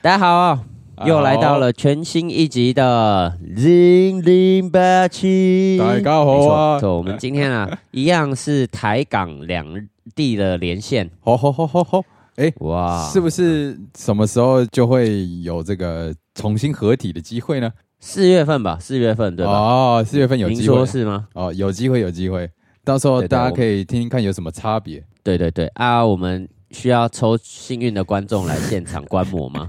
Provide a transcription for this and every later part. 大家好，又来到了全新一集的零零八七。大家好啊没错错，我们今天啊，一样是台港两地的连线。吼吼吼吼吼！哇，是不是什么时候就会有这个重新合体的机会呢？四月份吧？四月份对吧？哦，四月份有您机会说是吗？哦，有机会，有机会。到时候对的大家我可以听听看有什么差别。对对对啊，我们需要抽幸运的观众来现场观摩吗？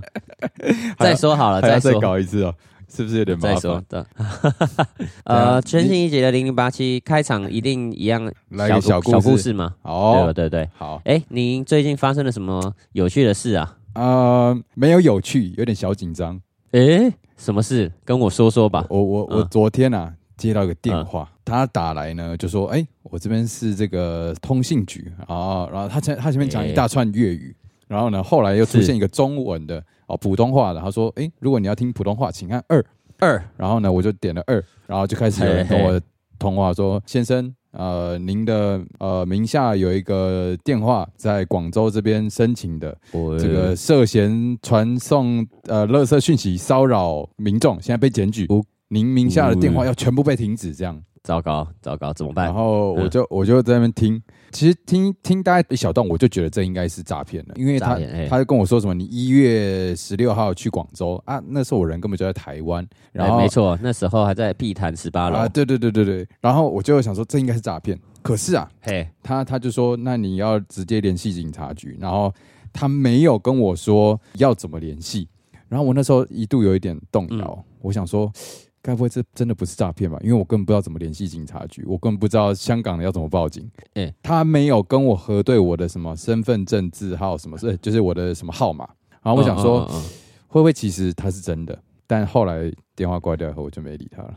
再说好了， 还要啊再再说。搞一次哦，是不是有点麻再说烦？ 的，对啊呃，全新一集的零零八七开场一定一样来小个小故故小事故事嘛，对吧？哦，对对。好，哎，您最近发生了什么有趣的事啊？呃，没有有趣，有点小紧张。哎，什么事？跟我说说吧。我我我嗯昨天啊接到一个电话，他打来呢就说，哎、我这边是这个通信局啊，然后他前他前面讲哎一大串粤语，然后呢后来又出是现一个中文的哦普通话的，他说，哎、如果你要听普通话，请按二，二，然后呢我就点了二，然后就开始有人嘿跟嘿我通话说，先生。呃，您的呃名下有一个电话在广州这边申请的，我这个涉嫌传送呃垃圾讯息骚扰民众，现在被检举哦。您名下的电话哦要全部被停止，这样。糟糕糟糕，怎么然办？后我嗯就我就在那边听，其实听听大概一小段，我就觉得这应该是诈骗了，因为诈他骗哎他就跟我说什么，你一月十六号去广州啊，那时候我人根本就在台湾，然哎，后没错，那时候还在碧潭十八啊，楼。对对对对对，然后我就想说这应该是诈骗，可是啊，嘿，他他就说，那你要直接联系警察局，然后他没有跟我说要怎么联系，然后我那时候一度有一点动摇，嗯我想说，该不会这真的不是诈骗吧？因为我根本不知道怎么联系警察局，我根本不知道香港的要怎么报警。哎他没有跟我核对我的什么身份证字号什么，是就是我的什么号码，然后我想说，嗯，嗯嗯会不会其实他是真的？但后来电话挂掉以后，我就没理他了。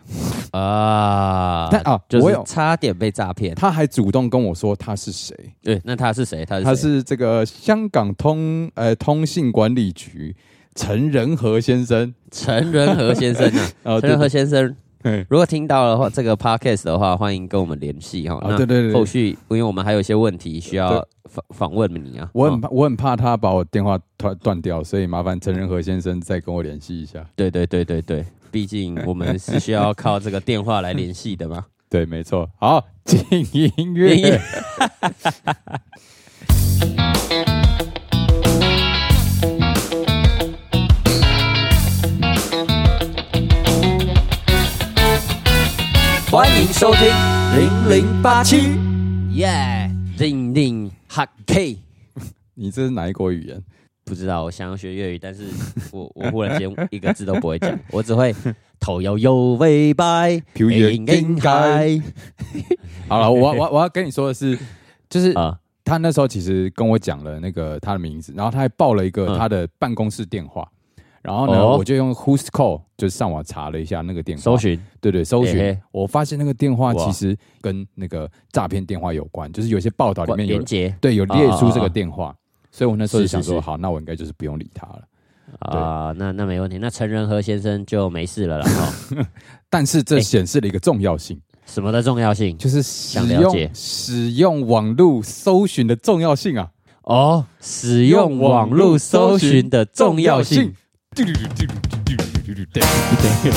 嗯啊，但啊，就我是有，差点被诈骗。他还主动跟我说他是谁。对，那他是谁？他是他谁是这个香港通呃通信管理局陈仁和先生陈仁和先生 啊。陈啊，对仁和先生对，如果听到的话，这个 podcast 的话，欢迎跟我们联系哈。啊那对对对后对，续因为我们还有一些问题需要对访访问你啊。我很哦怕我很怕他把我电话断断掉，所以麻烦陈仁和先生再跟我联系一下。对对对对对，毕竟我们是需要靠这个电话来联系的嘛。对，没错。好，进音音乐乐。欢迎收听零零八七，耶，零零哈 K。你这是哪一国语言？不知道，我想要学粤语，但是我我忽然间一个字都不会 讲，我只会头摇摇尾摆，朴元哎应应该好了，我我我要跟你说的是，就是啊，他那时候其实跟我讲了那个他的名字，然后他还报了一个嗯他的办公室电话，然后呢，哦我就用 Who's Call 就上网查了一下那个电话，搜寻对对，搜寻，嘿嘿我发现那个电话哇其实跟那个诈骗电话有关，就是有些报道里面有连接对有列出这啊啊啊个电话，所以我那时候是就是想是说，好，那我应该就是不用理他了。啊，那那没问题，那陈仁和先生就没事 了啦。哦，但是哎这显示了一个重要性，什么的重要性？就是使嗯想了解用使用网络搜寻的重要性啊，哦，使用网络搜寻的重要性。。嘟嘟嘟 嘟嘟嘟嘟嘟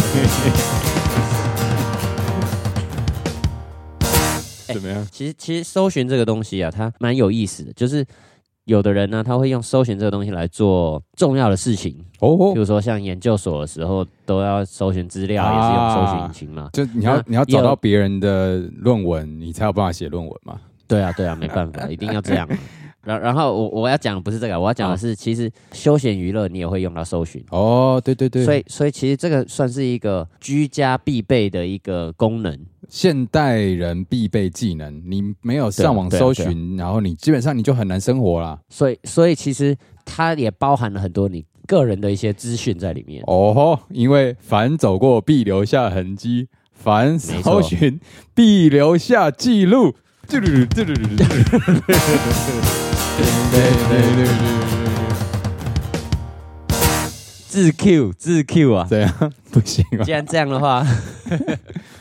哎怎么样？其实其实搜寻这个东西啊，它蛮有意思的，就是有的人呢，他会用搜寻这个东西来做重要的事情，哦比，如说像研究所的时候都要搜寻资料，也是用搜寻引擎嘛。就你要那你要也有找到别人的论文，你才有办法写论文嘛。对啊，对啊，没办法，一定要这样。然然后我我要讲的不是这个，我要讲的是，其实休闲娱乐你也会用到搜寻，哦，对对对，所以所以其实这个算是一个居家必备的一个功能。现代人必备技能，你没有上网对啊搜对啊寻，然后你基本上你就很难生活啦。所以所以其实它也包含了很多你个人的一些资讯在里面。哦吼，因为凡走过必留下痕迹，凡没搜错寻必留下记录。 嘟噜嘟噜嘟噜嘟噜自 Q 自 Q 啊，这样不行啊 既！然这样的话，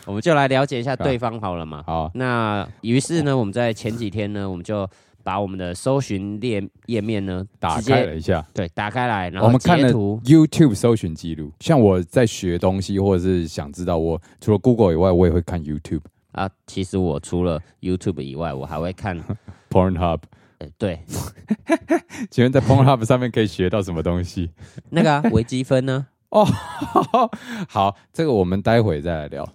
我们就来了解一下对方好了嘛。好，那于是呢，我们在前几天呢，我们就把我们的搜寻列页面呢打直开接了一下，对打开来，然我后们看截了图， YouTube 搜寻记录。像我在学东西或者是想知道我，除了 Google 以外，我也会看 YouTube、啊，其实我除了 YouTube 以外，我还会看， Pornhub。呃、对请问在 Pornhub 上面可以学到什么东西？那个啊微积分呢？好，这个我们待会再 来聊。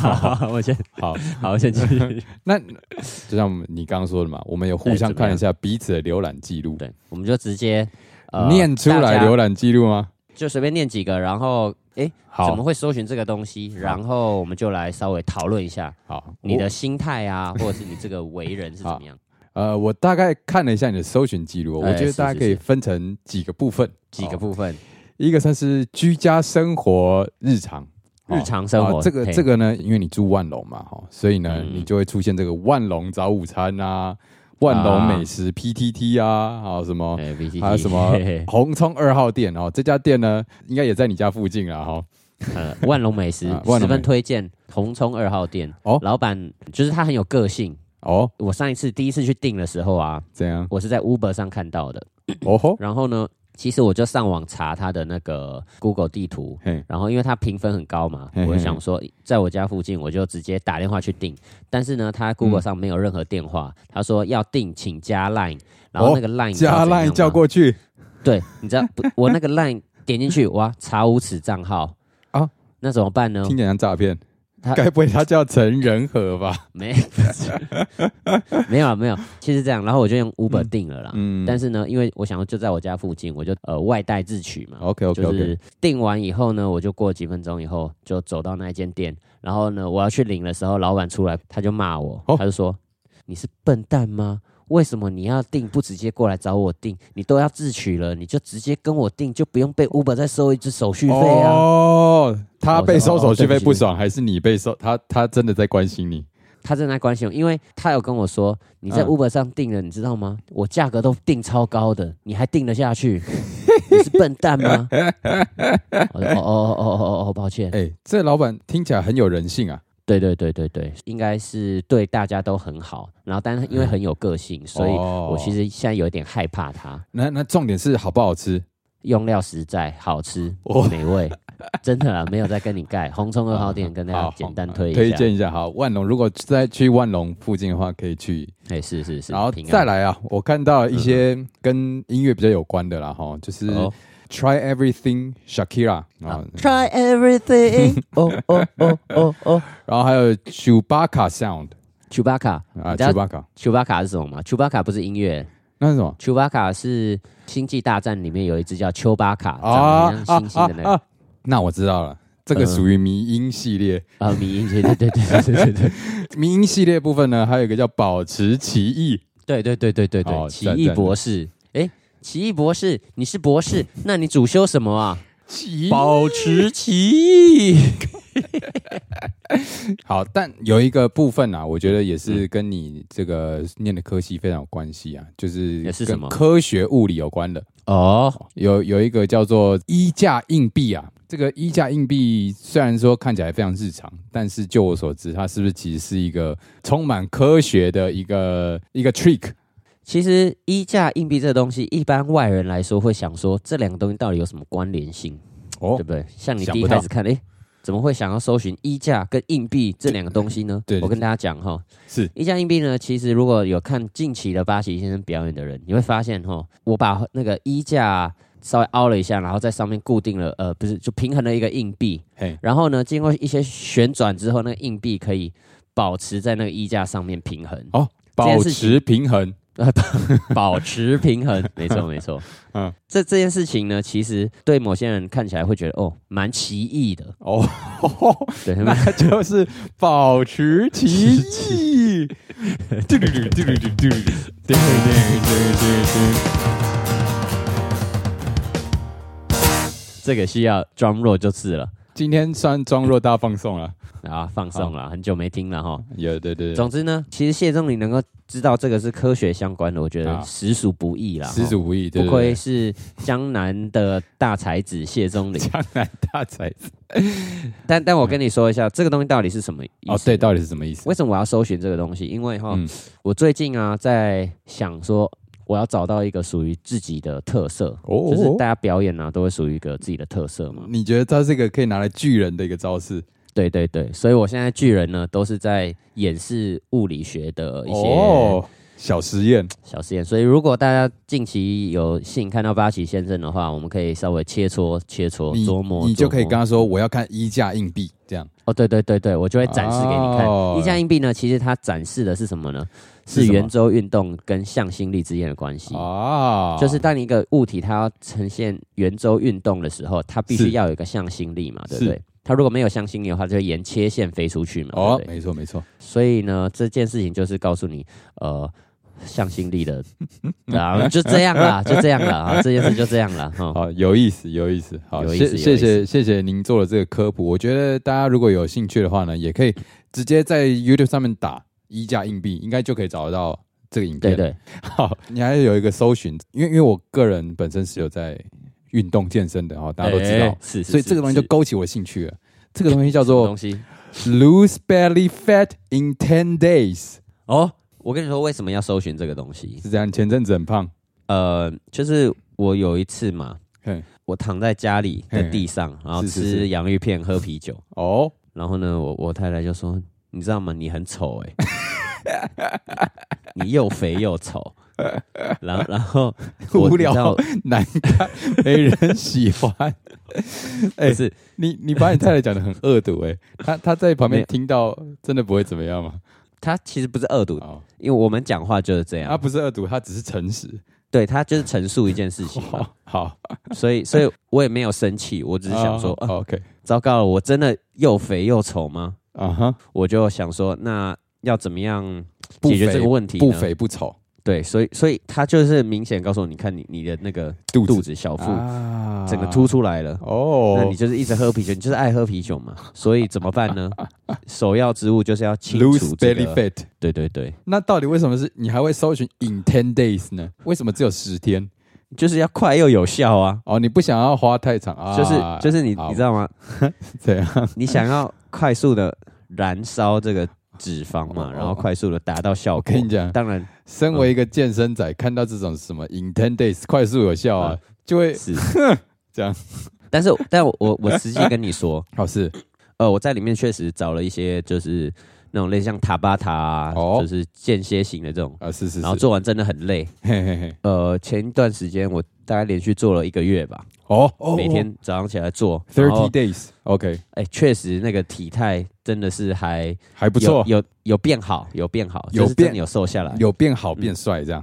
好，我先好，好，我先继续。那就像我们你刚刚说的嘛，我们有互哎对怎相么看一下彼此的浏览记录， 对，我们就直接、呃念出大来家浏览记录吗？就随便念几个，然后诶，怎么好会搜寻这个东西？然后我们就来稍微讨论一下好，你的心态啊， 或者是你这个为人 是怎么样，我呃，我大概看了一下你的搜寻记录，哎我觉得是大是家可以是分成几个部分，几个哦部分，一个算是居家生活日常，哦日常生活。啊这个嘿这个呢，因为你住万隆嘛，哈、所以呢，嗯你就会出现这个万隆早午餐啊，万隆美食 PTT 啊，还有什么，哎，VTT 还有什么嘿嘿红葱二号店哦，这家店呢，应该也在你家附近啊，哈、 呃，万隆美食 啊万隆美十分推荐，红葱二号店。哦哦，老板就是他很有个性。哦，我上一次第一次去订的时候啊，怎样？我是在 Uber 上看到的。哦吼，然后呢，其实我就上网查他的那个 Google 地图，嘿，然后因为它评分很高嘛，嘿嘿嘿我就想说，在我家附近，我就直接打电话去订。但是呢，他嗯 Google 上没有任何电话，他说要订请加 Line，然后那个 Line 你知道哦怎加样吗啊 line 叫，过去对，你知道不我那个 Line 点进去，哇，查无此账号啊啊，那怎么办呢？听起来像诈骗他。该不会他叫陈仁和吧？没， 没有啊没有，其实这样，然后我就用 Uber 订了啦。嗯，啊但是呢，因为我想要就在我家附近，我就呃外带自取嘛。 OK OK 就 OK，、是订完以后呢，我就过几分钟以后就走到那一间店，然后呢，我要去领的时候，老板出来他就骂我，哦他就说：“你是笨蛋吗？为什么你要订不直接过来找我订？你都要自取了，你就直接跟我订，就不用被 Uber 再收一次手续费啊。哦，他被收手续哦对费不起不爽，还是你被收？他他真的在关心你。他正在关心我，因为他有跟我说：“你在嗯 Uber 上订了，你知道吗？我价格都订超高的，你还订得下去？你是笨蛋 吗？”我说：“哦哦哦哦哦哦，抱歉。”哎、这老板听起来很有人性啊。对对对对对，应该是对大家都很好。然后，但是因为很有个性，所以哦我其实现在有点害怕它。那那重点是好不好吃？用料实在，好吃 哦，美味，真的啦，没有在跟你盖。红葱二号店跟大哦好家简单推一下，推荐一下。好，万隆如果在去万隆附近的话，可以去。哎，是是是，然后平安嗯再来啊，我看到一些跟音乐比较有关的啦，哈，就是哦 Try Everything Shakira 啊啊，，Try everything，哦哦哦哦哦然后还有 Chewbacca Sound ，Chewbacca 啊你知道，Chewbacca Chewbacca 是什么吗？Chewbacca 不是音乐那是什么？ ，Chewbacca 是《星际大战》里面有一只叫丘巴卡，啊长得像星星的那个 啊！那我知道了，这个嗯属于迷音系列。啊迷音，对对对对对对对。迷音系列部分呢，还有一个叫保持奇异。对对对对对哦对，奇赞异赞博士，诶，奇异博士，你是博士，那你主修什么啊？奇保持奇异。好，但有一个部分啊，我觉得也是嗯跟你这个念的科系非常有关系啊，就是也是跟什么科学物理有关的。哦，有有一个叫做衣架硬币啊，这个衣架硬币虽然说看起来非常日常，但是就我所知，它是不是其实是一个充满科学的一个一个 trick？ 其实衣架硬币这个东西，一般外人来说会想说，这两个东西到底有什么关联性，哦对，不对？像你想第一不到开始看，诶，怎么会想要搜寻衣架跟硬币这两个东西呢？对我跟大家讲哈，是衣架硬币呢，其实如果有看近期的巴西先生表演的人，你会发现哈，我把那个衣架稍微凹了一下，然后在上面固定了，呃，不是，就平衡了一个硬币。嘿，然后呢，经过一些旋转之后，那个硬币可以保持在那个衣架上面平哦衡，这件保事情持平衡。保持平衡。 没错，没错。嗯嗯，这这件事情呢，其实对某些人看起来会觉得哦，蛮奇异的，哦， 对，他们那就是保持奇异。嘟嘟嘟嘟嘟嘟嘟嘟嘟嘟这个需要 drum roll 就是了。嘟今天算装若大放送了，啊，放松了，很久没听了哈。有嗯对对，总之呢，其实谢钟林能够知道这个是科学相关的，我觉得啊实属不易啦。实哈属不易，对不对愧对是江南的大才子谢钟 林。江南大才子但但我跟你说一下，这个东西到底是什么意思？哦，对，到底是什么意思？为什么我要搜寻这个东西？因为哈，嗯我最近啊在想说，我要找到一个属于自己的特色，哦就是大家表演啊都会属于一个自己的特色嘛。你觉得它是一个可以拿来巨人的一个招式？对对对，所以我现在巨人呢都是在演示物理学的一些哦，小实验，小实验。所以如果大家近期有幸看到八旗先生的话，我们可以稍微切磋切磋你琢磨，你就可琢以磨跟他说我要看衣架硬币这样，哦，对对对对，我就会展示给你看。哦一加硬币呢，其实它展示的是什么呢？是什么圆周运动跟向心力之间的关系。啊，就是当一个物体它要呈现圆周运动的时候，它必须是要有一个向心力嘛，对不是对？它如果没有向心力的话，它就会沿切线飞出去嘛，哦对，不对？没错没错，所以呢，这件事情就是告诉你，呃，向心力 的啊，就这样啦，就这样啦，啊，这件事就这样啦。哈。好有意思有意思，好有意思谢谢有谢谢谢您做了这个科普，我觉得大家如果有兴趣的话呢，也可以直接在 YouTube 上面打衣架硬币，应该就可以找得到这个影对片。对， 好，你还有一个搜寻，因为因为我个人本身是有在运动健身的哈，大家都知道，哎是，是所以这个东西就是勾起我兴趣了。这个东西叫什么做东西 lose belly fat in ten days，哦。我跟你说，为什么要搜寻这个东西？是这样。前阵子很胖，呃，就是我有一次嘛，嘿，我躺在家里的地上，然后是是吃是洋芋片、喝啤酒，哦，然后呢，我我太太就说：“你知道吗？你很丑哎、你又肥又丑。”然后然后我 无聊你知道难看，没人喜欢。哎不是你你把你太太讲的很恶毒哎、她她在旁没边有听到真的不会怎么样吗？她其实不是恶毒，哦，因为我们讲话就是这样，她啊不是恶毒，她只是诚实。对她就是陈述一件事情嘛， 好，好，所以所以我也没有生气，我只是想说，啊，哦 OK，糟糕了，我真的又肥又丑吗？啊哈，我就想说，那要怎么样不解决肥这个问题呢？不肥不丑，对，所以所以他就是明显告诉我，你看你你的那个肚肚子子小腹啊整个凸出来了，那哦你就是一直喝啤酒，你就是爱喝啤酒嘛，所以怎么办呢？首要之务就是要清，lose 除这 belly 个。 fat。对对对，那到底为什么是你还会搜寻 in ten days 呢？为什么只有十天？就是要快又有效啊！哦，你不想要花太长啊？就是就是你好你知道吗？这样你想要快速的燃烧这个脂肪嘛，哦然后快速的达到效我果跟。你讲，当然身为一个健身仔，看到这种什么 in ten days 快速有效啊，嗯就会是这样。但是但我我我实际跟你说，好哦是呃，我在里面确实找了一些就是那种类似像塔巴塔、啊，哦就是间歇型的这种，啊，是是然后是，做完真的很累。嘿嘿嘿，呃，前一段时间我大概连续做了一个月吧，哦哦，每天早上起来做，然后 thirty days，OK，哎，确实那个体态真的是还还不有错，有有变好，有变好，有就是真的变有瘦下来，有变好变帅这样。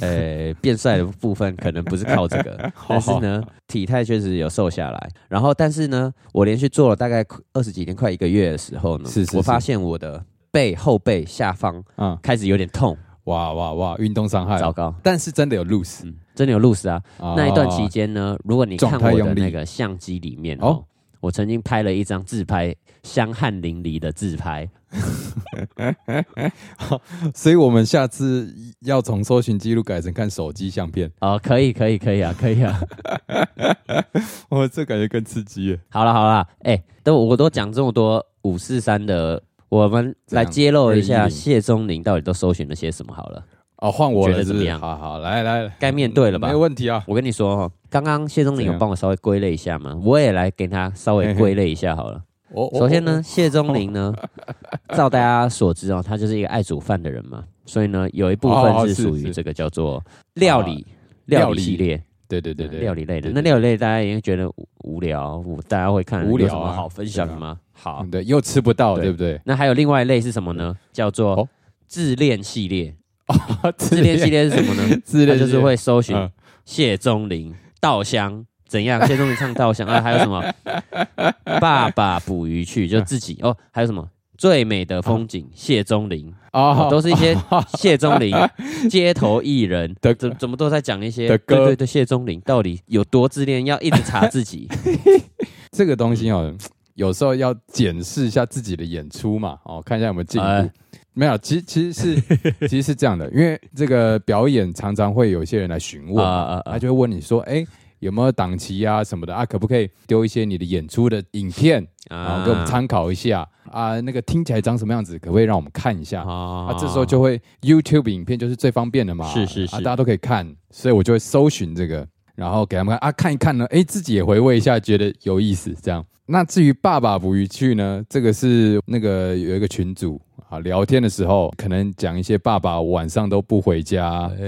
呃，变帅的部分可能不是靠这 个，但是呢，体态确实有瘦下来。然后，但是呢，我连续做了大概二十几天，快一个月的时候呢，是是我是发现我的背后背下方嗯，开始有点痛，哇哇哇，运动伤害，糟糕，但是真的有 lose 真的有 loose 啊。那一段期哦间呢，如果你看状我态的用力那个相机里面哦，哦我曾经拍了一张自拍，香汗淋漓的自拍。所以我们下次要从搜寻记录改成看手机相片。 哦，可以，可以，可以啊， 可以啊。哇，这感觉更刺激耶！好了，好了，哎、都我都讲这么多五四三的，我们怎来样揭露一下210谢钟林到底都搜寻了些什么好了。哦，换我觉了，得是怎不么是？样好好，来来，该面对了吧没问题啊。我跟你说哦，刚刚谢钟林怎有样帮我稍微归类一下嘛，我也来给他稍微嘿嘿归类一下好了。我首先哦呢，，谢钟林呢， 照大家所知哦，他就是一个爱煮饭的人嘛，所以呢，有一部哦分是是属于是啊这个叫做料理料料理理系列，对对对对，料理类的。对对那料理类大家也会觉得无无聊，我大家会看无聊啊有什么好分享的吗？好嗯，对，又吃不到，对对不对？ 那还有另外一类是什么呢？叫做哦自恋系列。自自恋系，列是什么呢？ 自它恋就是会搜寻嗯谢钟林、稻香怎 样？谢钟林唱稻香啊，还有什么？爸爸捕鱼去，嗯就自己哦，还有什么？最美的风哦景，谢钟林，啊哦，都是一些谢钟 林、街头艺人的怎怎么都在讲一些的歌对对 对，谢钟林到底有多自恋，要一直查自己。这个东西哦，有时候要检视一下自己的演出嘛，哦，看一下有没有进步。哎没有，其实其实 是其实是这样的，因为这个表演常常会有一些人来询问嘛，啊啊啊他就会问你说，哎、有没有档期啊什么的啊？可不可以丢一些你的演出的影片，呃啊然哦后给我们参考一下啊？那个听起来长什么样子，可不可以让我们看一下？啊啊，这时候就会 YouTube 影片就是最方便的嘛，是是是啊，大家都可以看，所以我就会搜寻这个，然后给他们看啊，看一看呢，哎，自己也回味一下，觉得有意思，这样。那至于爸爸捕鱼去呢，这个是那个有一个群组啊，聊天的时候可能讲一些爸爸晚上都不回家，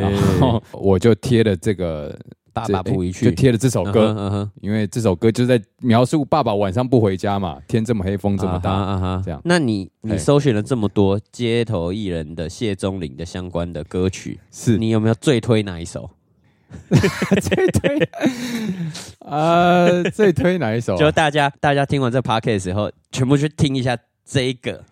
然哎，后我就贴了这个爸这爸不诶一就去，贴了这首歌，嗯哼因为这首歌就在描述爸爸晚上不回家嘛，天这么黑，风这么大，啊哈这样那你你哎搜寻了这么多街头艺人的谢宗林的相关的歌曲，是你有没有最推哪一首？最推呃，最推哪 一首啊、就大家大家听完这 podcast 以后，全部去听一下这一个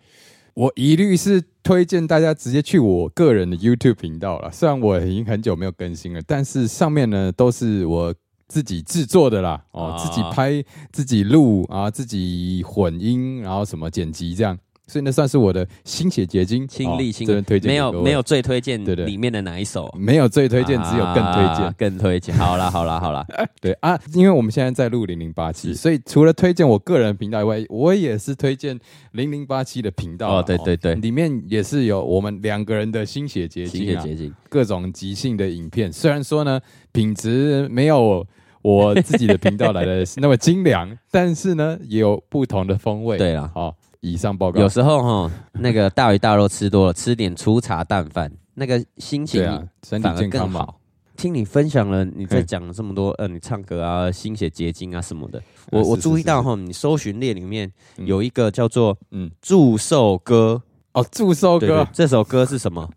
我一律是推荐大家直接去我个人的 YouTube 频道了。虽然我已经很久没有更新了，但是上面呢都是我自己制作的啦，哦，啊自己拍、自己录啊，自己混音，然后什么剪辑这样。所以那算是我的心血结晶，亲力哦亲这边推荐没给有各位没有最推荐对对里面的哪一首？没有最推荐，只有更推荐。啊更推荐。好啦好啦 好啦，对啊，因为我们现在在录零零八七，所以除了推荐我个人频道以外，我也是推荐零零八七的频道啊。哦对对对里面也是有我们两个人的心血结心晶血啊，结晶。各种即兴的影片。虽然说呢，品质没有我自己的频道来的那么精良，但是呢，也有不同的风味。对啦，好，以上报告有。时候哈，那个大鱼大肉吃多了，吃点粗茶淡饭，那个心情对啊，身体反而健康更嘛。好。听你分享了，你在嗯讲了这么多，呃，你唱歌啊、心血结晶啊什么的，我是我是注意是到是哈，你搜寻列里面嗯有一个叫做嗯嗯祝寿歌，哦，祝寿对对歌，，这首歌是什 么？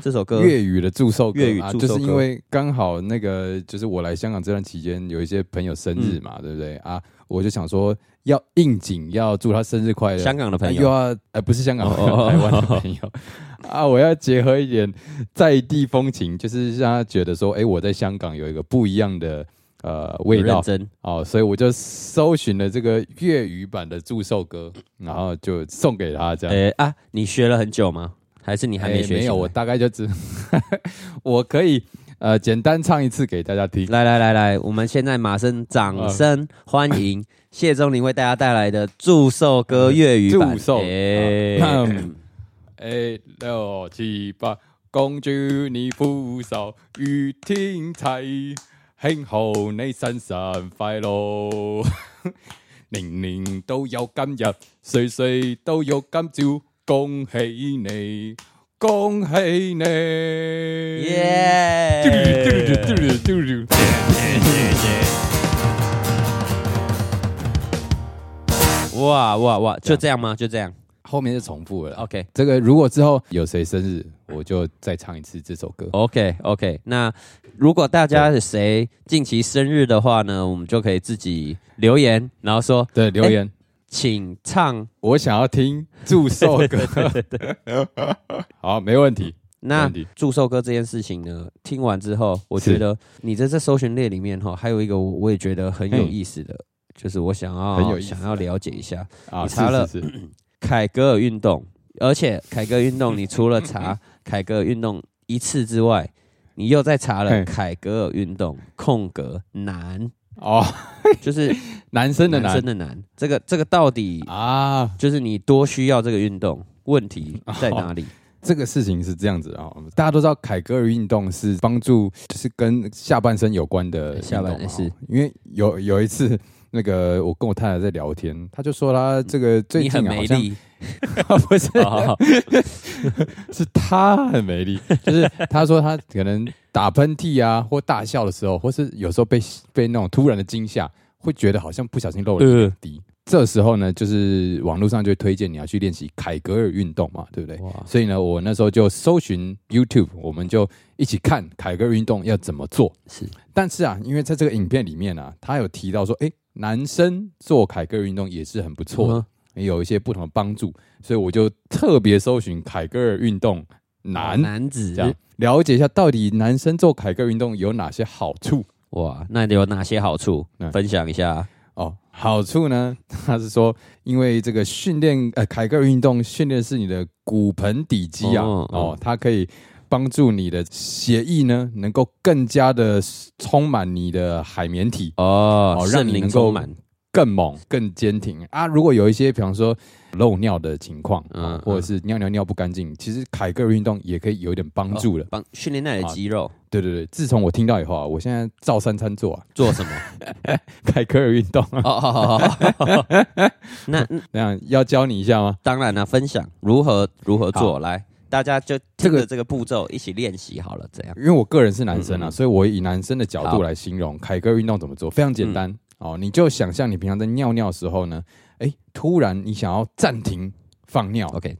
这首歌粤语的祝寿歌，粤语啊祝就寿是因歌为刚好那个，就是我来香港这段期间，有一些朋友生日嗯嘛，对不对啊？我就想说要应景，要祝他生日快乐。香港的朋又友要呃不是香港哦朋友，哦哦台湾的 朋友啊，我要结合一点在地风情，就是让他觉得说，哎、我在香港有一个不一样的呃味认道真哦，所以我就搜寻了这个粤语版的祝寿歌，然后就送给他这样。诶啊，你学了很久吗？还是你还没哎学？没有，我。大概就只 我可以呃简单唱一次给大家听。来来来来，我们现在马上掌声欢 迎谢钟林为大家带来的祝寿歌粤语版。祝寿诶啊哎，六七八，恭祝你福壽與天齊，慶賀你生辰快樂，年年都有今日，歲歲都有今朝，恭喜你，恭喜你！耶！ 耶！哇哇哇！就这样吗？就这样。后面就重复了。啊 OK 这个如果之后有谁生日，我就再唱一次这首歌。 OK OK。那如果大家谁近期生日的话呢，我们就可以自己留言，然后说对，留言。请 唱。我想要听祝寿 歌。好，没问题。没那问题祝寿歌这件事情呢，听完之后，我是觉得你在这搜寻列里面哈，还有一个我我也觉得很有意思的，就是我想要嗯很有意思想要了解一下啊，你是查了是是，凯格尔运动，而且凯格尔运 动，你除了查凯格尔运动一次之外，你又再查了嘿凯格尔运动空格男，哦，就是男生的男男生的男，这个这个到底啊，哦就是你多需要这个运动，问题在哪里？这个事情是这样子啊、大家都知道凯格尔运动是帮助，就是跟下半身有关的运动下半身嘛是因为有有一次。那个，我跟我太太在聊天，她就说她这个 最你很哦近没啊好像力， 不是好好好是她很没力，就是她说她可能打喷嚏啊，或大笑的时候，或是有时候被被那种突然的惊吓，会觉得好像不小心漏了一两滴。这时候呢，就是网络上就会推荐你要去练习凯格尔运动嘛，对不对？哇所以呢，我那时候就搜寻 YouTube，我们就一起看凯格尔运动要怎么做。是但是啊，因为在这个影片里面啊，他有提到说，哎，男生做凯格尔运动也是很不错的，嗯也有一些不同的帮助，所以我就特别搜寻凯格尔运动男，哦男子这样了解一下到底男生做凯格尔运动有哪些好处哇，那有哪些好处嗯？分享一下。哦。好处呢， 他是说，因为这个训练呃凯格尔运动训练是你的骨盆底肌啊，哦哦哦它可以帮助你的血液呢能够更加的充满你的海绵体，哦哦，让让你你能够充满更猛、更坚挺啊。如果有一些，比方说漏尿的情况，嗯嗯，或者是尿尿尿不干净，其实凯格尔运动也可以有一点帮助了。帮训练那里的啊肌肉对对对，自从我听到以后啊，我现在照三餐做啊，做 什么？凯格尔运动啊，哦哦哦哦哦，那那那样要教你一下吗？当然了，分享如何如何做，来，大家就这听个着这个步骤一起练习好了，怎样？因为我个人是男生嗯啊，嗯所以我以男生的角好嗯度来形容凯歌运动怎么做，非常简单、哦。你就想象你平常在尿尿的时候呢，哎，突然你想要暂停放尿 OK，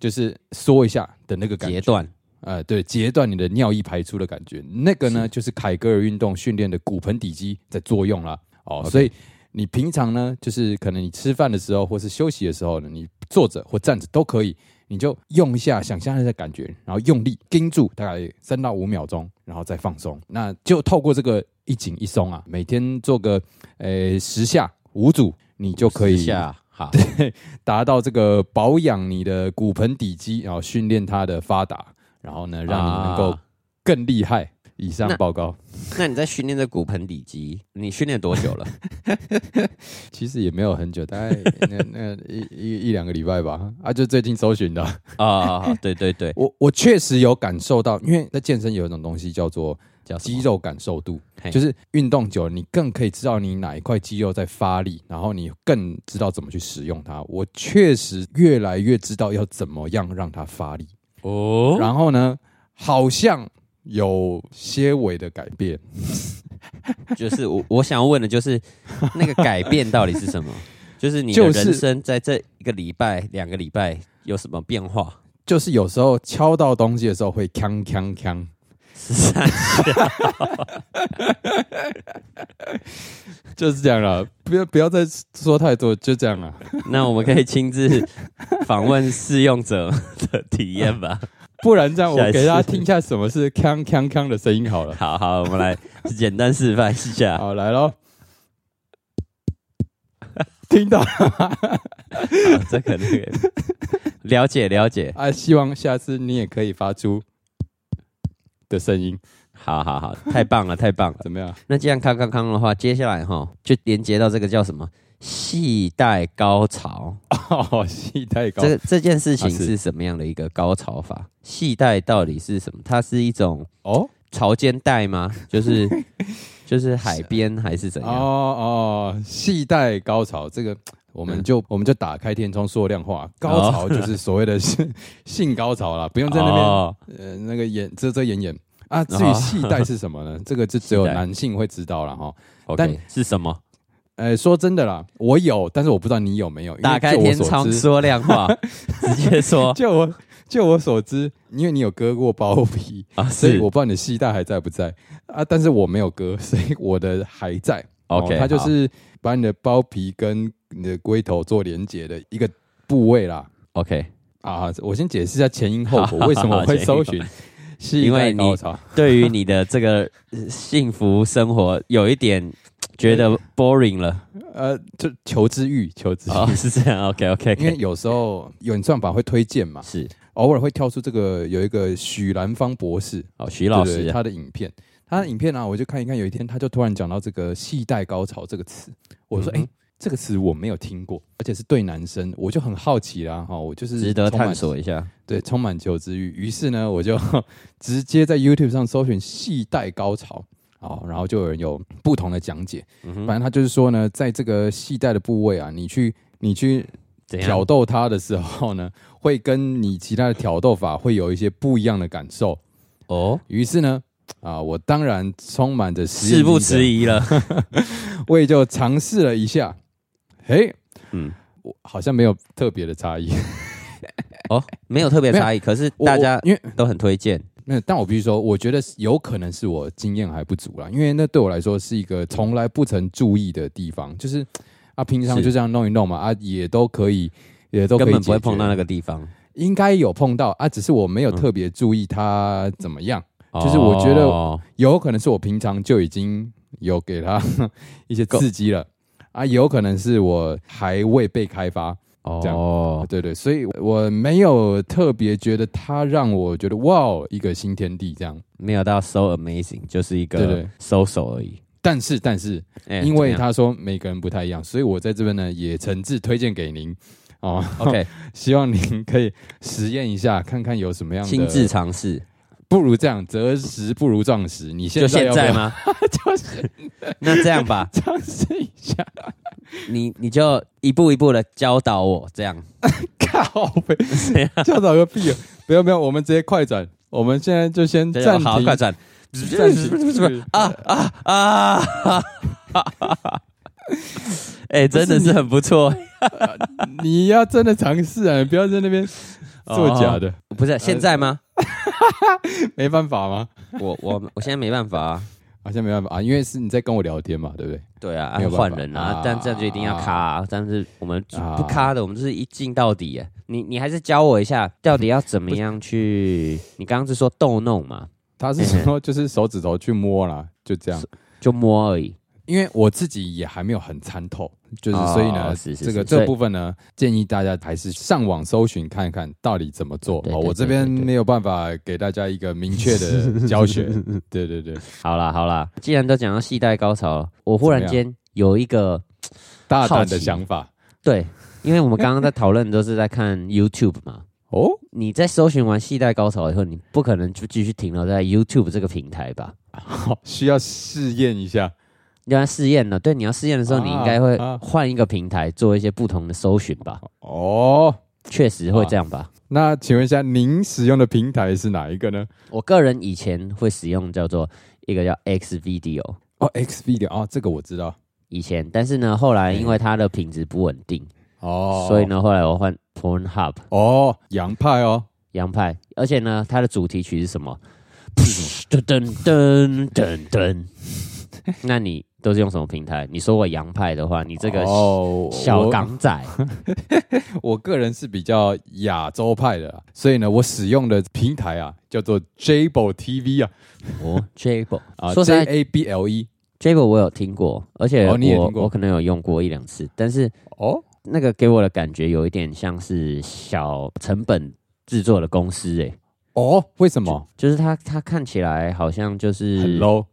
就是缩一下的那个感截觉，断呃，对，截断你的尿液排出的感觉，那个呢是就是凯格尔运动训练的骨盆底肌在作用啦。哦 OK 所以你平常呢，就是可能你吃饭的时候或是休息的时候呢，你坐着或站着都可以，你就用一下，想象一下感觉，然后用力盯住大概三到五秒钟，然后再放松。那就透过这个一紧一松啊，每天做个呃十下五组，你就可以试一下好，达到这个保养你的骨盆底肌，然后训练它的发达，然后呢，让你能够啊更厉害。以上那报告那你在训练这骨盆底肌，你训练多久 了？其实也没有很久，大概那那一一一两个礼拜吧。啊，就最近搜寻的。啊，好对对 对，我我确实有感受到，因为在健身有一种东西叫做叫什么肌肉感受度，嘿就是运动久了，你更可以知道你哪一块肌肉在发力，然后你更知道怎么去使用它。我确实越来越知道要怎么样让它发力。哦，然后呢，好像有些微的改变。就是我我想要问的就是那个改变到底是 什么？就是你的就是人生在这一个礼拜、两个礼拜有什么变化？ 就是有时候敲到东西的时候会锵锵锵，十三就是这样了。不要不要再说太多，就这样 了。那我们可以亲自访问试用者 的体验吧。不然这样，我下一次给大家听一下什么是锵锵锵的声音好了。好好，我们来简单示范一下。 好，来喽。听到好这可能也了解了解。 啊，希望下次你也可以发出的声音，好好好，太棒了太棒了。怎么样？那这样康康康的话，接下来哈就连接到这个叫什么系带高潮。 哦，戏太高这，个这件事情啊是是什么样的一个高潮法？系带到底是什么？它是一种哦潮间带 吗？就是就是海边还是怎哦样？哦，系带高潮这个。我嗯们就、我们就打开天窗说亮哦话，高潮就是所谓的 性性高潮啦，不用在那边、哦呃那个演遮遮掩掩啊。至于哦系带是什么 呢？这个就只有系带男性会知道了哈。哦，OK，但是什么？呃，说真的啦，我有，但是我不知道你有没有。因为打开就我天所窗知说亮话， 直接 说就我就我所知，因为你有割过包皮，啊，所以是我不知道你的系带还在不在啊。但是我没有割，所以我的还在。 OK，哦它就好是把你的包皮跟你的龟头做连接的一个部位啦。 OK。啊，我先解释一下前因 后果，为什么我前会因搜后 寻是因为你高潮。对于你的这个呃幸福生活有一点觉得 boring 了呃，就求知欲，求知欲。哦， 是这样，OK OK，因为有时候演算法会推荐嘛，是偶尔会跳出这个有一个许兰芳博士，哦，徐老对对师对他的影片，他的影片啊，我就看一看。有一天，他就突然讲到这个“系带高潮”这个词，我说：“嗯哎、哼这个词我没有听过，而且是对男生，我就很好奇啦，哈，我就是值得充满探，索一下，对，充满求知欲。于是呢，我就直接在 YouTube 上搜寻“系带高潮”，哦，然后就有人有不同的讲解。嗯哼反正他就是说呢，在这个系带的部位啊，你去你去怎样挑逗它的时候呢，会跟你其他的挑逗法会有一些不一样的感受。哦，于是呢，啊，我当然充满着实验事不精神迟，疑了，我也就尝试了一下。嘿，嗯，我好像没有特别的差异。哦，没有特别差异，可是我大家我因为都很推荐，那，但我必须说，我觉得是有可能是我经验还不足啦，因为那对我来说是一个从来不曾注意的地方，就是啊，平常是就这样弄一弄嘛，啊，也都可以，也都可以根本不会解决碰到那个地方，应该有碰到啊，只是我没有嗯特别注意它怎么样。 就是我觉得哦 有可能是我平常就已经有给他一些刺激了啊，也有可能是我还未被开发，这样哦，对对，所以我没有特别觉得它让我觉得哇哦一个新天地这样。没有到 so amazing，就是一对个对 so so 而已。但是但是，哎因为怎么样他说每个人不太一样，所以我在这边呢也诚挚推荐给您哦， OK 希望您可以实验一下，看看有什么样的。亲自尝试，不如这样，择时不如撞时。你现就在现要不在要？吗？ 就是那这样吧，尝试一下，你你就一步一步的教导我，这样 靠 呗，教导个屁啊！不要不要，我们直接快转，我们现在就先这暂样好，快停。转。暂 停 啊！哎、真的是很不错，你要真的尝试啊，不要在那 边做假的，不是现在吗？没办法吗？呃我我我现在没办法、啊，好像没办法啊，因为是你在跟我聊天嘛，对不对？对啊，没要有办法换人啊啊，但这样就一定要卡、啊。但是我们啊不卡的，我们就是一进到底耶。你你还是教我一下，到底要怎么样去？你刚刚是说逗弄嘛，他是嗯说就是手指头去摸啦，就这样。就摸而已。因为我自己也还没有很参透，就是哦所以呢，是是这是个所以这部分呢，建议大家还是上网搜寻看看到底怎么做。对哦，对我这对对边对没有办法给大家一个明确的 教学。对对对，好啦好啦，既然都讲到系带高潮了，我忽然怎么间有一个大胆好的奇想法对，因为我们刚刚在讨论都是在看 YouTube 嘛，哦，你在搜寻完系带高潮以后，你不可能就继续停留在 YouTube 这个平台吧？好，需要试验一下。要试验了，对，你要试验的时候，啊你应该会啊换一个平台做一些不同的搜寻吧？哦，确实会这样吧？那请问一下，您使用的平台是哪一个呢？我个人以前会使用叫做一个叫 X Video，哦，X Video 哦，这个我知道。以前，但是呢，后来因为它的品质不稳定，哎哦，所以呢，后来我换 Pornhub 哦，洋派哦，洋派，而且呢，它的主题曲是什 么？噔噔噔噔噔。那你都是用什么平台？你说我洋派的话，你这个哦小港 仔，我，我个人是比较亚洲派的啦，啊所以呢，我使用的平台啊叫做 Jable TV 啊，哦 j a b l 啊说实在 J A B L E j a b l 我有听过，而且我、哦你也听过我可能有用过一两次，但是哦，那个给我的感觉有一点像是小成本制作的公司、欸，哦，为什么就是它它看起来好像就很是 low？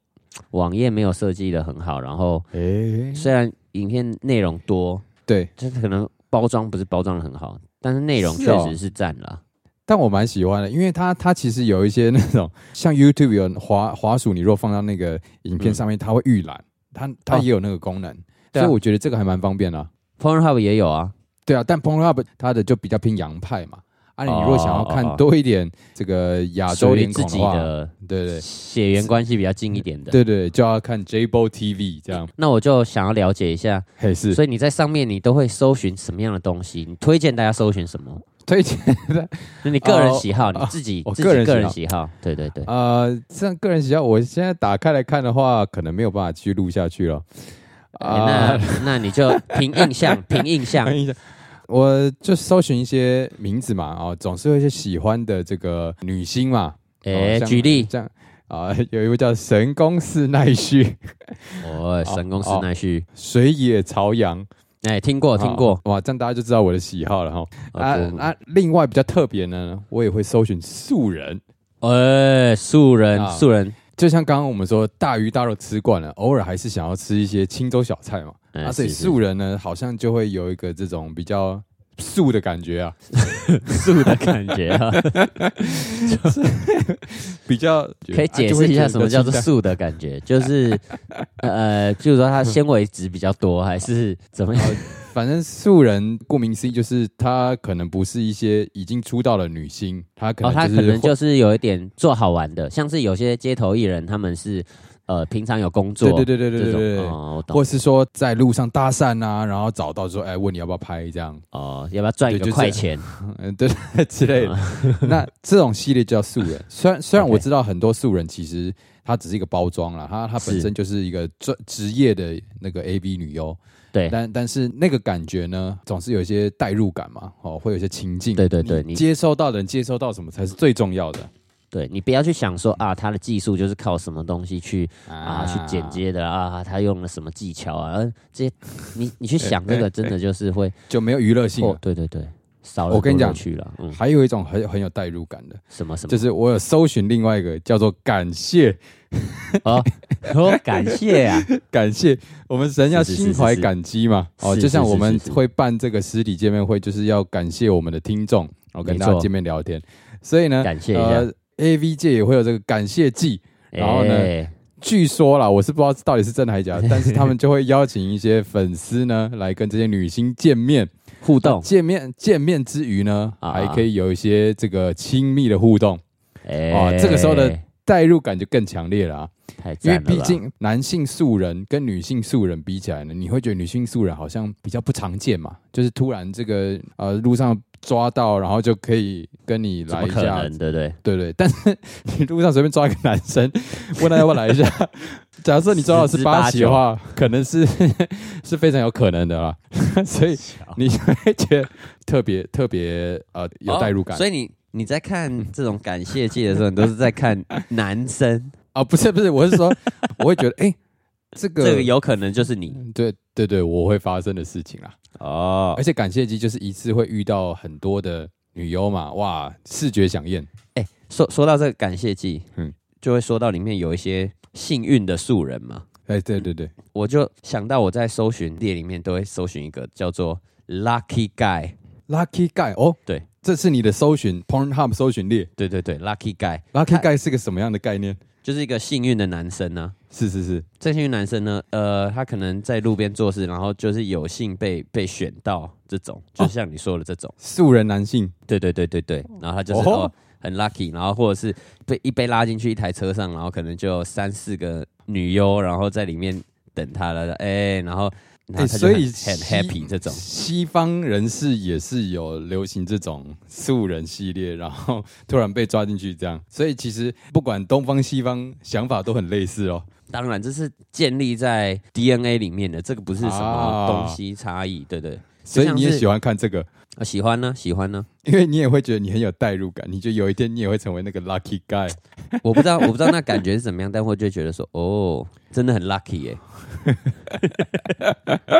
网页没有设计的很好，然后哎，虽然影片内容多，对，就是可能包装不是包装的很好，但是内容是确哦实是占了。但我蛮喜欢的，因为它它其实有一些那种像 YouTube 有滑滑鼠，你若放到那个影片上面，它会预览，它它哦也有那个功能，对所啊以我觉得这个还蛮方便的啊。 Pornhub 也有啊，对啊，但 Pornhub 它的就比较偏洋派嘛。啊，你哦如果想要看多一点这个亚洲属于脸自孔己话，的对对血缘关系比较近一点的。对对，就要看 Jable TV 这样。那我就想要了解一下，嘿，是所以你在上面你都会搜寻什么样的东西？你推荐大家搜寻什么？推荐的那你个人哦喜好，哦你自己我自己个人喜好个人喜好，对对对。呃，像个人喜好，我现在打开来看的话，可能没有办法继续录下去了。哎那那你就凭印 象，凭印象。看一下，我就搜寻一些名字嘛，哦，总是有一些喜欢的这个女星嘛。哎，哦像举例，这样啊、有一位叫神宫寺奈绪、 哦，神宫寺奈绪，水野朝阳，哎，听过听过哦。哇，这样大家就知道我的喜好了哈。啊啊，啊，另外比较特别呢，我也会搜寻素人，不哎，素人啊素人，就像刚刚我们说大鱼大肉吃惯了，偶尔还是想要吃一些清粥小菜嘛。哎啊，所以是是素人呢，好像就会有一个这种比较素的感觉啊，素的感觉 啊，比较可以啊解就会释一觉下得什么叫做清淡素的感觉？就是呃，譬如说它纤维质比较多，还是怎么样？反正素人顾名思义就是她可能不是一些已经出道的女星，她可哦，他能就是可会、能就是有一点做好玩的，像是有些街头艺人，他们是呃平常有工作，对对对对对这种对对哦，我懂或是说在路上搭讪啊，然后找到说哎问你要不要拍这样， 哦，要不要赚一对个就快钱？嗯嗯 对之类的。 那这种系列就叫素人。 虽然虽然 OK 我知道很多素人其实她只是一个包装啦，她她是本身就是一个专职业的那个 A B 女优，对但但是那个感觉呢，总是有一些代入感嘛，哦，会有一些情境。对对对，你接收到的人接收到什么才是最重要的。对你不要去想说啊，他的技术就是靠什么东西去啊去剪接的啊，他用了什么技巧啊，呃这些你你去想 哎这个，真的就是会就没有娱乐性哦了，。对对对，少了啊我跟你多乐讲趣了，嗯，还有一种很很有代入感的，什么什么，就是我有搜寻另外一个叫做“感谢 哦，哦感谢啊，感谢”，我们神要是是是心怀是是感激嘛。哦，是就像是是我们是是会办这个实体见面会，就是要感谢 我们的听众，哦，跟没大家错见面聊天。所以呢，呃感谢一下， ，A V 界也会有这个感谢季。然后呢哎据说啦，我是不知道到底是真的还是 假的，但是他们就会邀请一些粉丝呢来跟这些女星见面，互动，见面见面之余呢，啊还可以有一些这个亲密的互动，哎，哦这个时候的代入感就更强烈了啊。太因赞为了吧，毕竟男性素人跟女性素人比起来呢，你会觉得女性素人好像比较不常见嘛，就是突然这个呃路上抓到，然后就可以跟你怎来么一可下，能，对不对？对对。但是你路上随便抓一个男生， 问他要不要来一下， 假设你抓到是十之八八旗的话，可能是 是非常有可能的啦。 所以你就会觉得特别特别呃 有代入感哦所以你你在看这种感谢祭的时候，你都是在 看男生，啊、不是不是，我是说我会觉得哎、这 个这个有可能就是你嗯对对对，我会发生的事情啦。哦而。且感谢祭就是一次会遇到很多的女优嘛，哇，视觉响应，哎、说说到这个感谢祭，嗯嗯，就会说到里面有一些幸运的素人嘛，哎，对对对，我就想到我在搜寻列里面都会搜寻一个叫做 Lucky Guy， Lucky Guy 哦，对，这是你的搜寻 Pornhub 搜寻列对对对，Lucky Guy ，Lucky 他 Guy 是个什么样的概念？就是一个幸运的男生呢、是是是，这幸运男生呢，呃，他可能在路边做事，然后就是有幸被被选到这种，哦就像你说的这种。素人男性，对对对对对，然后他就是哦哦很 lucky，然后或者是被一被拉进去一台车上，然后可能就有三四个女优，然后在里面等他了，哎、然后然后他就哎所很,、以很西 happy 这种，西方人士也是有流行这种素人系列，然后突然被抓进去这样，所以其实不管东方西方想法都很类似哦。当然这是建立在 DNA 里面的，这个不是什么东西差异，对对，所以你就也像是喜欢看这个，啊喜欢呢，喜欢呢，因为你也会觉得你很有代入感，你觉得有一天你也会成为那个 lucky guy。我不知道我不知道那感觉是怎么样，但我就会觉得说哦，真的很 lucky 耶、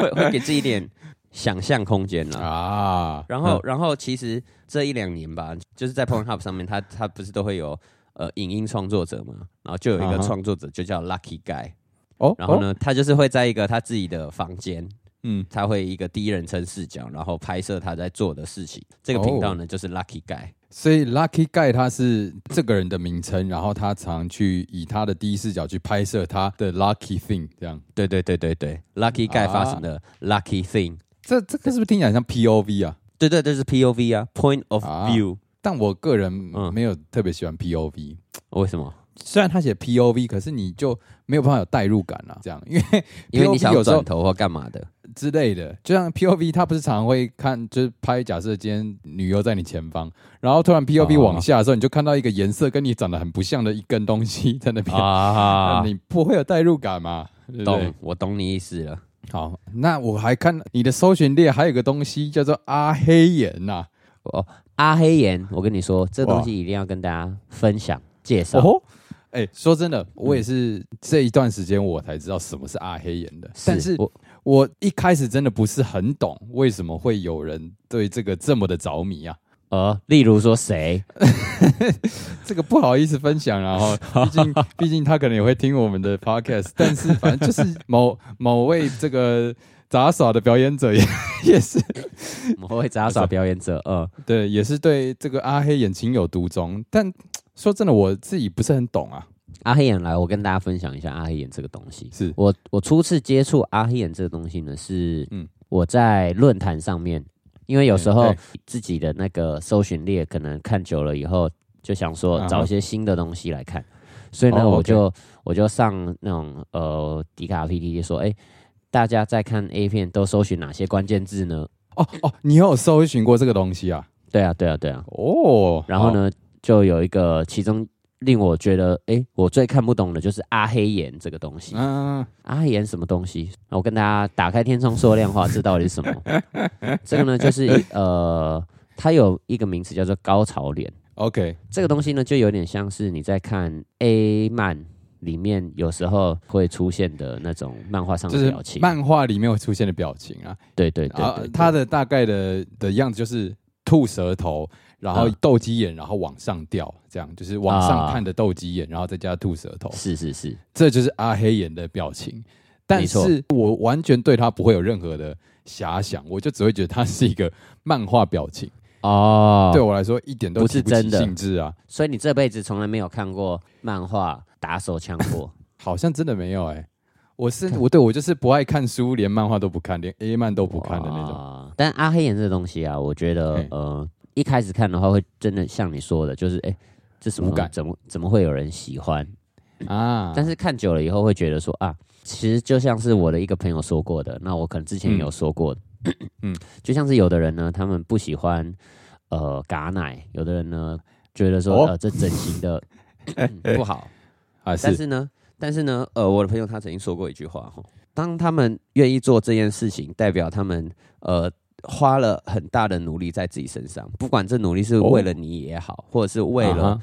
会会给自己一点想象空间啦。啊，然后，然后其实这一两年吧，就是 在 Pornhub 上面，他他不是都会有呃影音创作者嘛，然后就有一啊个哈创作者就叫 Lucky Guy，哦，然后哦？呢，他就是会在一个他自己的房间，嗯，他会一个第一人称视角，然后拍摄他在做的事情。这个频道哦呢，就是 Lucky Guy，所以 Lucky Guy 他是这个人的名称，然后他常去以他的第一视角去拍摄他的 lucky thing，这样。对对对对对，Lucky Guy 啊发生的 Lucky Thing，这这个是不是听起来很像 POV 啊？对对对，是 POV 啊，Point of 啊 View，但我个人嗯没有特别喜欢 POV，、哦为什么？虽然他写 POV，可是你就没有办法有代入感啊，这样，因为因为你 POV 想有要时候转头或干嘛 的？之类的，就像 POV，他不是常常会看，就是拍假设今天女优在你前方，然后突然 POV 啊往下的时候，你就看到一个颜色跟你长得很不像的一根东西在那 边，啊 那，你不会有代入感嘛？对不对懂，？我懂你意思了。好，那我还看你的搜寻列还有一个东西叫做阿黑岩呐、哦，阿黑岩，我跟你说，这哇东西一定要跟大家分享介绍。哦吼，哎、说真的，我也嗯是这一段时间我才知道什么是阿黑岩的，但是我我一开始真的不是很懂为什么会有人对这个这么的着迷啊。呃，例如说谁？这个不好意思分享啊， 然后毕竟毕竟他可能也会听我们的 podcast，但是反正就是某某位这个杂耍的表演者 也也是我们会杂耍表演者，呃，对，也是对这个阿黑眼情有独钟，但说真的，我自己不是很懂啊。阿黑眼来，我跟大家分享一下阿黑眼这个东西。是我我初次接触阿黑眼这个东西呢，是嗯嗯我在论坛上面，因为有时候嗯自己的那个搜寻列可能看久了以后，就想啊说哈找一些新的东西来看，所以呢，哦我 OK 就我就上那种呃迪卡 PDD 说，哎、大家在看 A 片都搜寻哪些关键字呢？哦哦，你有搜寻过这个东西啊？对啊，对啊，对啊。哦，然后呢，就有一个其中令我觉得，哎，我最看不懂的就是阿黑岩这个东西好？。嗯，阿黑啊岩什么东西？我跟大家打开天窗说亮话，这到底是 什么？这个呢，就是呃，它有一个名词叫做高潮脸。 OK，这个东西呢，就有点像是你在看 A 漫里面有时候会出现的那种漫画上就的是表情。漫画里面会出现的表情啊，对对对啊对，，他对的大概的的样子就是吐舌头，然后嗯斗鸡眼，然后往上掉，这样就是往上啊看的斗鸡眼，然后再加吐舌头，是是是，这就是阿黑眼的表情。但没错是我完全对他不会有任何的遐想，我就只会觉得他是一个漫画表情，哦，对，我来说一点都不提是不起真的兴致啊，所以你这辈子从来没有看过漫画打手枪过，好像真的没有哎、我是我对我就是不爱看书，连漫画都不看，连 A 漫都不看的那种。哇。但阿黑眼这东西啊，我觉得嘿呃，一开始看的话，会真的像你说的，就是哎、这什么无东感西怎么怎么会有人喜欢？啊，但是看久了以后，会觉得说啊，其实就像是我的一个朋友说过的，那我可能之前也有说过，嗯嗯，就像是有的人呢，他们不喜欢呃嘎奶，有的人呢觉得说、哦呃这整形 的嗯不好，啊但是是呢，但是呢，呃，我的朋友他曾经说过一句话哈，当他们愿意做这件事情，代表他们呃花了很大的努力在自己身上，不管这努力是哦为了你也好，或者是为啊了哈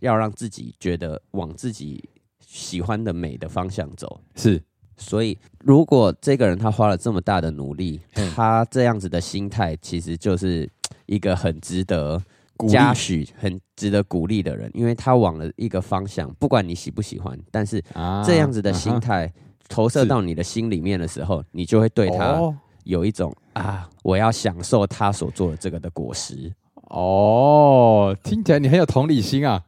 要让自己觉得往自己喜欢的美的方向走。是所以，如果这个人他花了这么大的努力，嗯他这样子的心态，其实就是一个很值得鼓励嘉许、很值得鼓励的人，因为他往了一个方向，不管你喜不喜欢，但是啊这样子的啊哈心态投射是到你的心里面的时候，你就会对他哦有一种、啊，我要享受他所做的这个的果实，哦，听起来你很有同理心啊。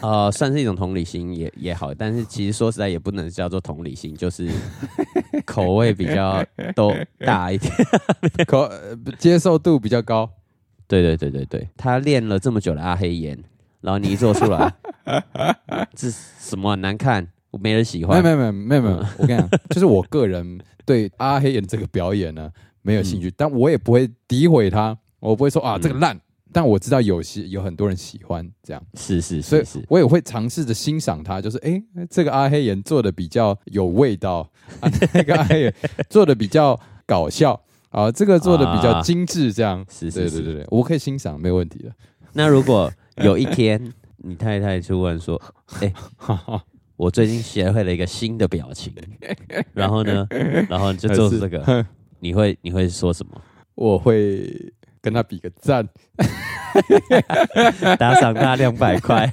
呃，算是一种同理心也也好，但是其实说实在也不能叫做同理心，就是 口味比较都大一点。可呃不接受度比较高。对对对对对，他练了这么久的阿黑眼，然后你一做出 来，这什么啊难看，没人喜没有欢嗯没。有没有没有没有，我跟你讲， 就是我个人对阿黑演这个表演呢没有兴趣，但我也不会诋毁他，我不会说啊嗯这个烂，但我知道有些有很多人喜欢这样，是是所以是是，我也会尝试着欣赏他，就是诶，这个阿黑演做的比较有味道， 啊那个阿黑演做的比较搞笑。啊，这个做的比较啊精致，这样、是对是对是对对，我可以欣赏，没有问题的。那如果有一 天你太太突然 说：“哎、我最近学会了一个新的表 情。”然后呢，然后你就做这个，你会你会说什么？我会跟他比个赞，打赏他两百块。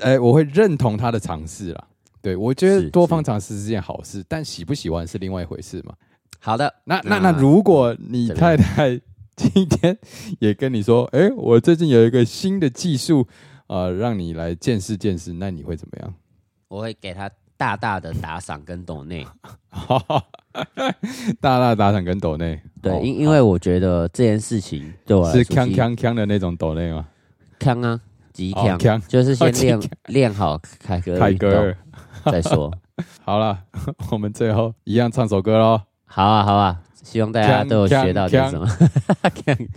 哎，我会认同他的尝试啦。对，我觉得是多方尝试是件好事，但喜不喜欢是另外一回事嘛。 好的，那那那，如果你怎么太样太今天也跟你说， 哎，我最近有一个新的技术，呃，让你来见识见识，那你会怎么样？ 我会给他大大的打赏跟抖内。大大打赏跟抖内， 对哦，因因为我觉得这件事情对我来是说锵是锵锵的那种抖内吗？康啊，极哦康，锵就是 哦先极练强练好凯格尔凯运格动尔，再说。好了， 我们最后一样唱首歌喽。好啊，好啊，希望大家锵都有学到点锵什么。锵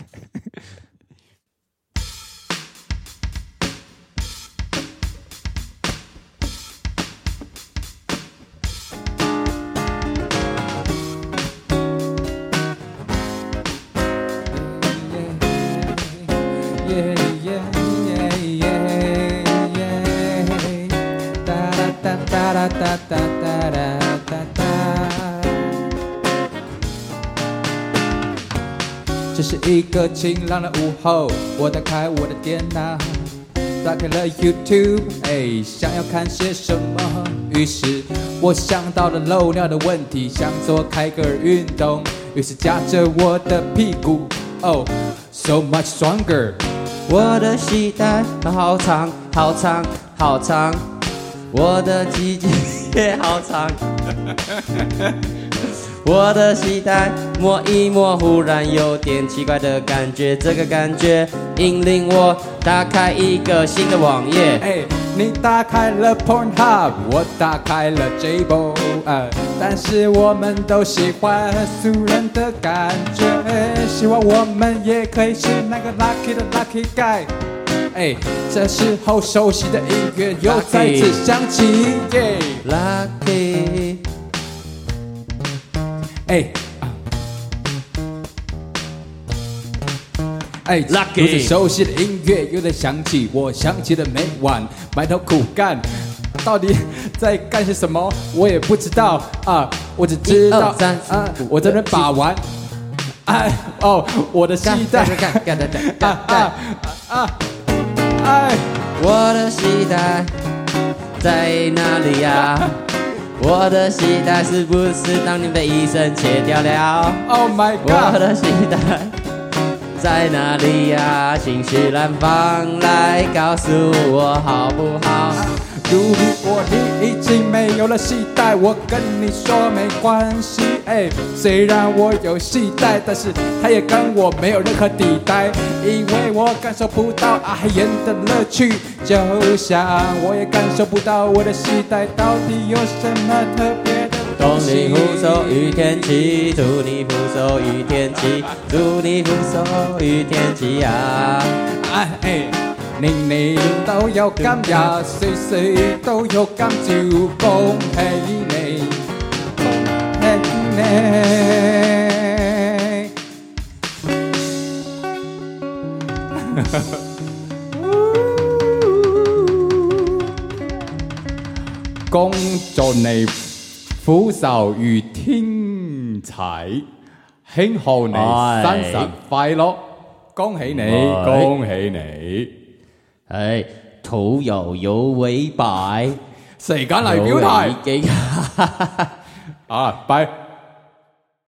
这是一个晴朗的午后，我打开我的电脑，打开了 YouTube，哎，想要看些什么？于是我想到了漏尿的问题，想做凯格尔运动，于是夹着我的屁股，Oh，so much stronger。我的膝盖好长，好长，好长，我的鸡鸡也好长。我的膝盖摸一摸，忽然有点奇怪的感觉，这个感觉引领我打开一个新的网页。哎，你打开了 Pornhub，我打开了 Jabo，呃，但是我们都喜欢俗人的感觉，希望我们也可以是那个 lucky 的 lucky guy。哎，这时候熟悉的音乐又再次响起，耶！ Lucky，哎。啊爱情 Lucky 如此熟悉的音乐又在响起，我想起了每晚埋头苦干，到底在干些什么？我也不知道啊，我只知道一二三啊，我在那把玩。哎哦，我的膝干盖干干干干干啊干啊干！啊！哎，我的期待在哪里呀、我的期待是不是当年被医生切掉了？ Oh my 我 god！的期待在哪里呀、情绪燃放，来告诉我好不好？如果你已经没有了系带，我跟你说没关系。哎，虽然我有系带，但是它也跟我没有任何抵赖，因为我感受不到阿黑眼的乐趣，就像我也感受不到我的系带到底有什么特别的东东西。林扶手与天齐，祝你扶手与天齐，祝你扶手与天齐呀、哎哎，年年都有今日，歲歲都有今朝，恭喜你，恭喜 你！恭祝你俯首與天齊，慶賀你哎生日快樂，恭喜你！哎恭喜你！哎，徒有尤为白，時間嚟有表為題己。啊，拜。